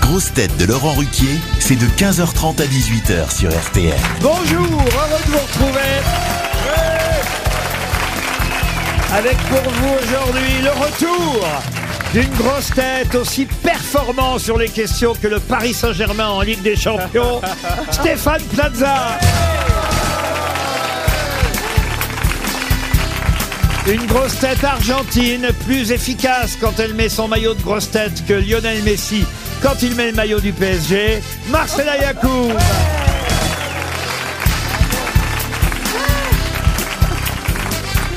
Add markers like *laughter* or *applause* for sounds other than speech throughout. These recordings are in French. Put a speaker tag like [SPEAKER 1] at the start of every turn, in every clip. [SPEAKER 1] grosses têtes de Laurent Ruquier, c'est de 15h30 à 18h sur RTL.
[SPEAKER 2] Bonjour, heureux de vous retrouver. Avec pour vous aujourd'hui le retour d'une grosse tête aussi performant sur les questions que le Paris Saint-Germain en Ligue des Champions, Stéphane Plaza. Une grosse tête argentine, plus efficace quand elle met son maillot de grosse tête que Lionel Messi quand il met le maillot du PSG, Marcela Yacoub.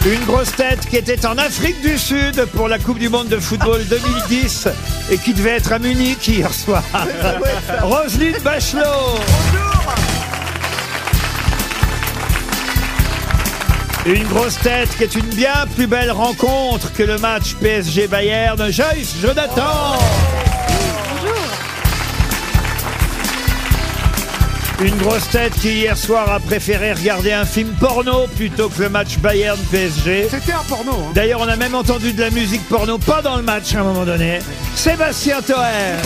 [SPEAKER 2] Une grosse tête qui était en Afrique du Sud pour la Coupe du Monde de football 2010 et qui devait être à Munich hier soir. Roselyne Bachelot. Une grosse tête qui est une bien plus belle rencontre que le match PSG Bayern. Joyce Jonathan. Une grosse tête qui hier soir a préféré regarder un film porno plutôt que le match Bayern PSG.
[SPEAKER 3] C'était un porno. hein.
[SPEAKER 2] D'ailleurs, on a même entendu de la musique porno, pas dans le match à un moment donné. Sébastien Toer.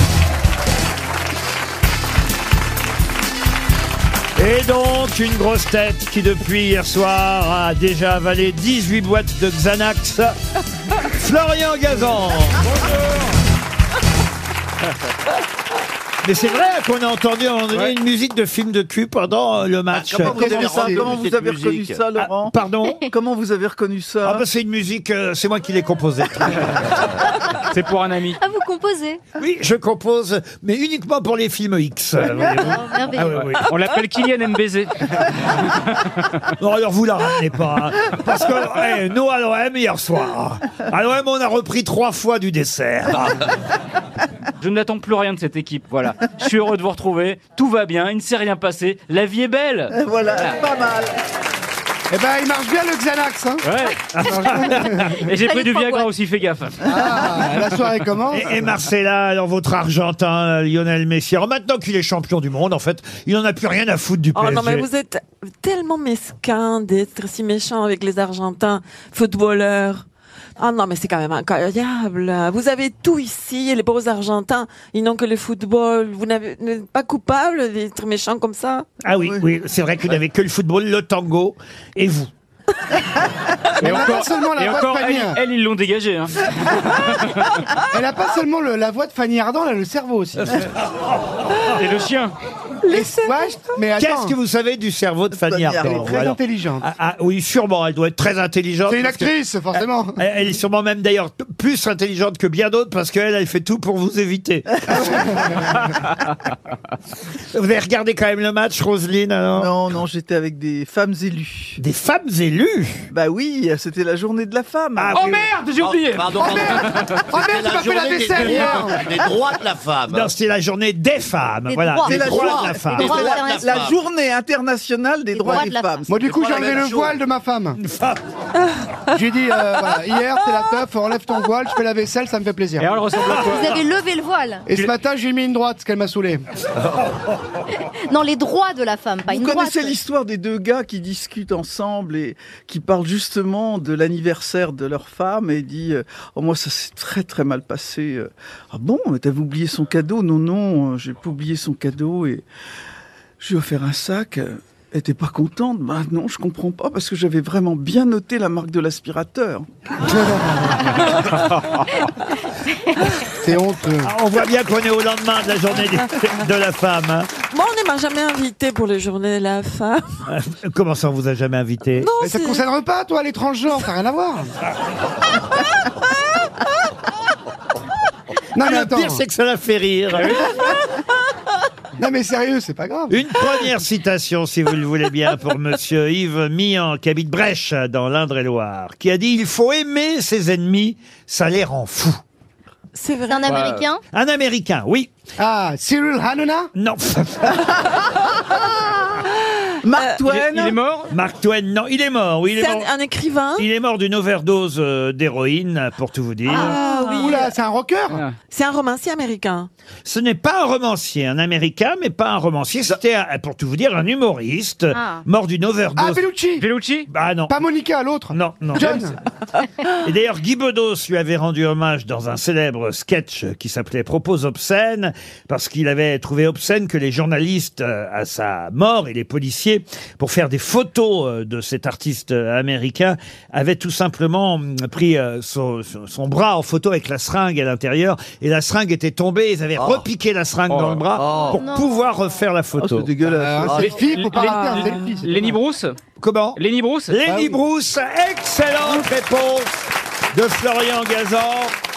[SPEAKER 2] Et donc, une grosse tête qui, depuis hier soir, a déjà avalé 18 boîtes de
[SPEAKER 4] *laughs*
[SPEAKER 2] Xanax. Florian Gazan. Mais c'est vrai qu'on a entendu à un moment donné une musique de film de cul pendant euh, le match.
[SPEAKER 4] Ah, comment vous avez,
[SPEAKER 5] Comment
[SPEAKER 4] ça,
[SPEAKER 5] c'est-
[SPEAKER 4] comment
[SPEAKER 5] cette
[SPEAKER 4] vous avez reconnu
[SPEAKER 5] musique
[SPEAKER 4] ça,
[SPEAKER 2] Ah,
[SPEAKER 4] Laurent *laughs*
[SPEAKER 2] pardon
[SPEAKER 4] Comment vous avez reconnu ça
[SPEAKER 2] Ah bah c'est une musique, euh, c'est moi qui l'ai composée.
[SPEAKER 3] C'est pour un ami.
[SPEAKER 6] Ah, vous composez
[SPEAKER 2] Oui, je compose, mais uniquement pour les films X. euh, voyez-vous.
[SPEAKER 6] Merveilleux.
[SPEAKER 2] Ah oui, oui.
[SPEAKER 3] On l'appelle Kylian MBZ.
[SPEAKER 2] Non, alors vous la ramenez pas. hein. parce que, eh, nous, à l'OM, hier soir, à l'OM, on a repris trois fois du dessert.
[SPEAKER 3] Je n'attends plus rien de cette équipe. Voilà. Je suis heureux de vous retrouver. Tout va bien. Il ne s'est rien passé. La vie est belle.
[SPEAKER 4] Voilà, pas mal.
[SPEAKER 5] Eh ben, il marche bien le Xanax. Hein.
[SPEAKER 3] Ouais. Et j'ai pris du Viagra aussi. Fais gaffe.
[SPEAKER 5] Ah, la soirée commence.
[SPEAKER 2] Et, et Marcella, alors votre Argentin, Lionel Messi, alors maintenant qu'il est champion du monde, en fait, il n'en a plus rien à foutre du
[SPEAKER 7] Oh
[SPEAKER 2] PSG.
[SPEAKER 7] non, mais vous êtes tellement mesquin d'être si méchant avec les Argentins, footballeurs. Ah non, mais c'est quand même incroyable. Vous avez tout ici, et les pauvres Argentins, ils n'ont que le football. Vous n'avez- n'êtes pas coupable d'être méchant comme ça
[SPEAKER 2] Ah oui, oui, c'est vrai qu'il n'avait que le football, le tango et vous.
[SPEAKER 5] Elle a pas seulement la
[SPEAKER 3] Et
[SPEAKER 5] voix
[SPEAKER 3] encore,
[SPEAKER 5] de Fanny.
[SPEAKER 3] elles, elles, ils l'ont dégagé. hein.
[SPEAKER 5] Elle a pas seulement le- la voix de Fanny Ardant, elle a le
[SPEAKER 3] *laughs*
[SPEAKER 5] cerveau aussi.
[SPEAKER 3] Et le chien.
[SPEAKER 5] Et- ouais, je- mais attends,
[SPEAKER 2] Qu'est-ce que vous savez du cerveau de Fanny
[SPEAKER 4] Fanny
[SPEAKER 5] elle
[SPEAKER 2] Ardant
[SPEAKER 5] est très
[SPEAKER 2] alors
[SPEAKER 5] intelligente.
[SPEAKER 2] Ah, ah, oui, sûrement, elle doit être très intelligente.
[SPEAKER 5] C'est une
[SPEAKER 2] parce que-
[SPEAKER 5] actrice, forcément.
[SPEAKER 2] Elle elle est sûrement même d'ailleurs t- plus intelligente que bien d'autres parce qu'elle, elle fait tout pour vous
[SPEAKER 4] *laughs*
[SPEAKER 2] éviter. vous avez regardé quand même le match, Roselyne alors
[SPEAKER 4] Non, non, j'étais avec des femmes élues.
[SPEAKER 2] Des femmes élues
[SPEAKER 4] Bah oui, c'était la journée de la femme.
[SPEAKER 2] Ah,
[SPEAKER 3] Oh merde, j'ai oublié.
[SPEAKER 8] Pardon, pardon.
[SPEAKER 5] Oh merde, j'ai
[SPEAKER 8] la
[SPEAKER 5] pas fait la
[SPEAKER 8] journée des
[SPEAKER 5] vaisselle hier.
[SPEAKER 8] droits- des droits de la femme.
[SPEAKER 2] Non, c'était la journée des femmes.
[SPEAKER 6] Des
[SPEAKER 2] voilà,
[SPEAKER 6] droits.
[SPEAKER 2] des
[SPEAKER 4] bah. C'est la
[SPEAKER 2] droits
[SPEAKER 4] joie.
[SPEAKER 2] de la femme.
[SPEAKER 4] C'est
[SPEAKER 6] Des droits
[SPEAKER 4] la-
[SPEAKER 6] de la
[SPEAKER 4] la,
[SPEAKER 8] femme.
[SPEAKER 4] journée internationale des, droits,
[SPEAKER 6] droits
[SPEAKER 4] des
[SPEAKER 6] de la
[SPEAKER 4] femmes.
[SPEAKER 5] Moi, du
[SPEAKER 8] C'est
[SPEAKER 5] coup,
[SPEAKER 8] pas
[SPEAKER 5] j'ai
[SPEAKER 8] la
[SPEAKER 5] enlevé
[SPEAKER 8] même
[SPEAKER 5] le
[SPEAKER 8] chose.
[SPEAKER 5] voile de ma femme. Je lui ai dit, euh, voilà, hier, t'es la teuf, enlève ton voile, je fais la vaisselle, ça me fait
[SPEAKER 3] Et
[SPEAKER 5] plaisir.
[SPEAKER 3] alors, elle ressemble à quoi
[SPEAKER 6] Vous avez levé le voile.
[SPEAKER 5] Et ce matin, j'ai mis une droite, ce qu'elle m'a saoulé.
[SPEAKER 6] Non, les droits de la femme, pas
[SPEAKER 4] Vous
[SPEAKER 6] une
[SPEAKER 4] connaissez
[SPEAKER 6] droite.
[SPEAKER 4] l'histoire des deux gars qui discutent ensemble et qui parlent justement de l'anniversaire de leur femme et dit euh, Oh, moi, ça s'est très très mal passé. Euh, Ah bon, mais t'avais oublié son cadeau Non, non, euh, j'ai pas oublié son cadeau et je lui ai offert un sac. Euh, Elle était pas contente Bah non, je comprends pas parce que j'avais vraiment bien noté la marque de l'aspirateur.
[SPEAKER 5] C'est honteux.
[SPEAKER 2] Ah, On voit bien qu'on est au lendemain de la journée des- de la femme. hein.
[SPEAKER 7] Moi, on ne m'a jamais invité pour les journées de la femme.
[SPEAKER 2] Comment ça, on vous a jamais invité
[SPEAKER 7] Non,
[SPEAKER 5] Mais ça te
[SPEAKER 7] c'est-
[SPEAKER 5] concerne pas, toi, les transgenres, t'as rien à voir. Non mais
[SPEAKER 2] Ah, Le
[SPEAKER 5] attends,
[SPEAKER 2] pire, c'est que ça la fait
[SPEAKER 3] Ah
[SPEAKER 2] rire.
[SPEAKER 5] non mais sérieux, c'est pas grave.
[SPEAKER 2] Une première citation, si vous le voulez bien, pour monsieur Yves Mian, qui habite Brèche, dans l'Indre-et-Loire, qui a dit Il faut aimer ses ennemis, ça les rend fous.
[SPEAKER 7] C'est vrai.
[SPEAKER 6] C'est un américain
[SPEAKER 2] Un Américain, oui.
[SPEAKER 5] Ah, Cyril Hanouna
[SPEAKER 2] Non. *laughs*
[SPEAKER 4] Mark
[SPEAKER 3] il, est- il est
[SPEAKER 4] Twain hein
[SPEAKER 3] mort.
[SPEAKER 2] Mark Twain, non, il est mort, oui, il
[SPEAKER 7] C'est
[SPEAKER 2] est mort.
[SPEAKER 7] un, un écrivain
[SPEAKER 2] Il est mort d'une overdose euh, d'héroïne, pour tout vous dire.
[SPEAKER 7] Ah oui, oui.
[SPEAKER 5] Oula, c'est un rocker
[SPEAKER 7] C'est un romancier américain.
[SPEAKER 2] Ce n'est pas un romancier, un américain, mais pas un romancier. C'était, un- pour tout vous dire, un humoriste
[SPEAKER 6] Ah.
[SPEAKER 2] mort d'une overdose.
[SPEAKER 5] Ah, Bellucci
[SPEAKER 3] Bellucci
[SPEAKER 2] Ah non.
[SPEAKER 5] Pas Monica, l'autre
[SPEAKER 2] Non, non.
[SPEAKER 5] John
[SPEAKER 2] Et d'ailleurs, Guy Bedos lui avait rendu hommage dans un célèbre sketch qui s'appelait Propos obscènes, parce qu'il avait trouvé obscène que les journalistes, euh, à sa mort, et les policiers, pour faire des photos euh, de cet artiste euh, américain, avaient tout simplement hum, pris euh, son, son- son bras en photo avec la seringue à l'intérieur, et la seringue était tombée, ils avaient repiqué la seringue dans le bras pour
[SPEAKER 6] Non.
[SPEAKER 2] pouvoir refaire la
[SPEAKER 4] Oh,
[SPEAKER 2] photo.
[SPEAKER 4] c'est dégueulasse.
[SPEAKER 5] Un
[SPEAKER 3] les-
[SPEAKER 5] selfie, faut
[SPEAKER 3] les-
[SPEAKER 5] pas rater un
[SPEAKER 3] les-
[SPEAKER 5] selfie. c'est
[SPEAKER 3] Lenny Bruce
[SPEAKER 2] Comment
[SPEAKER 3] Lenny Bruce
[SPEAKER 2] Lenny Bruce, excellente réponse de Florian Gazan.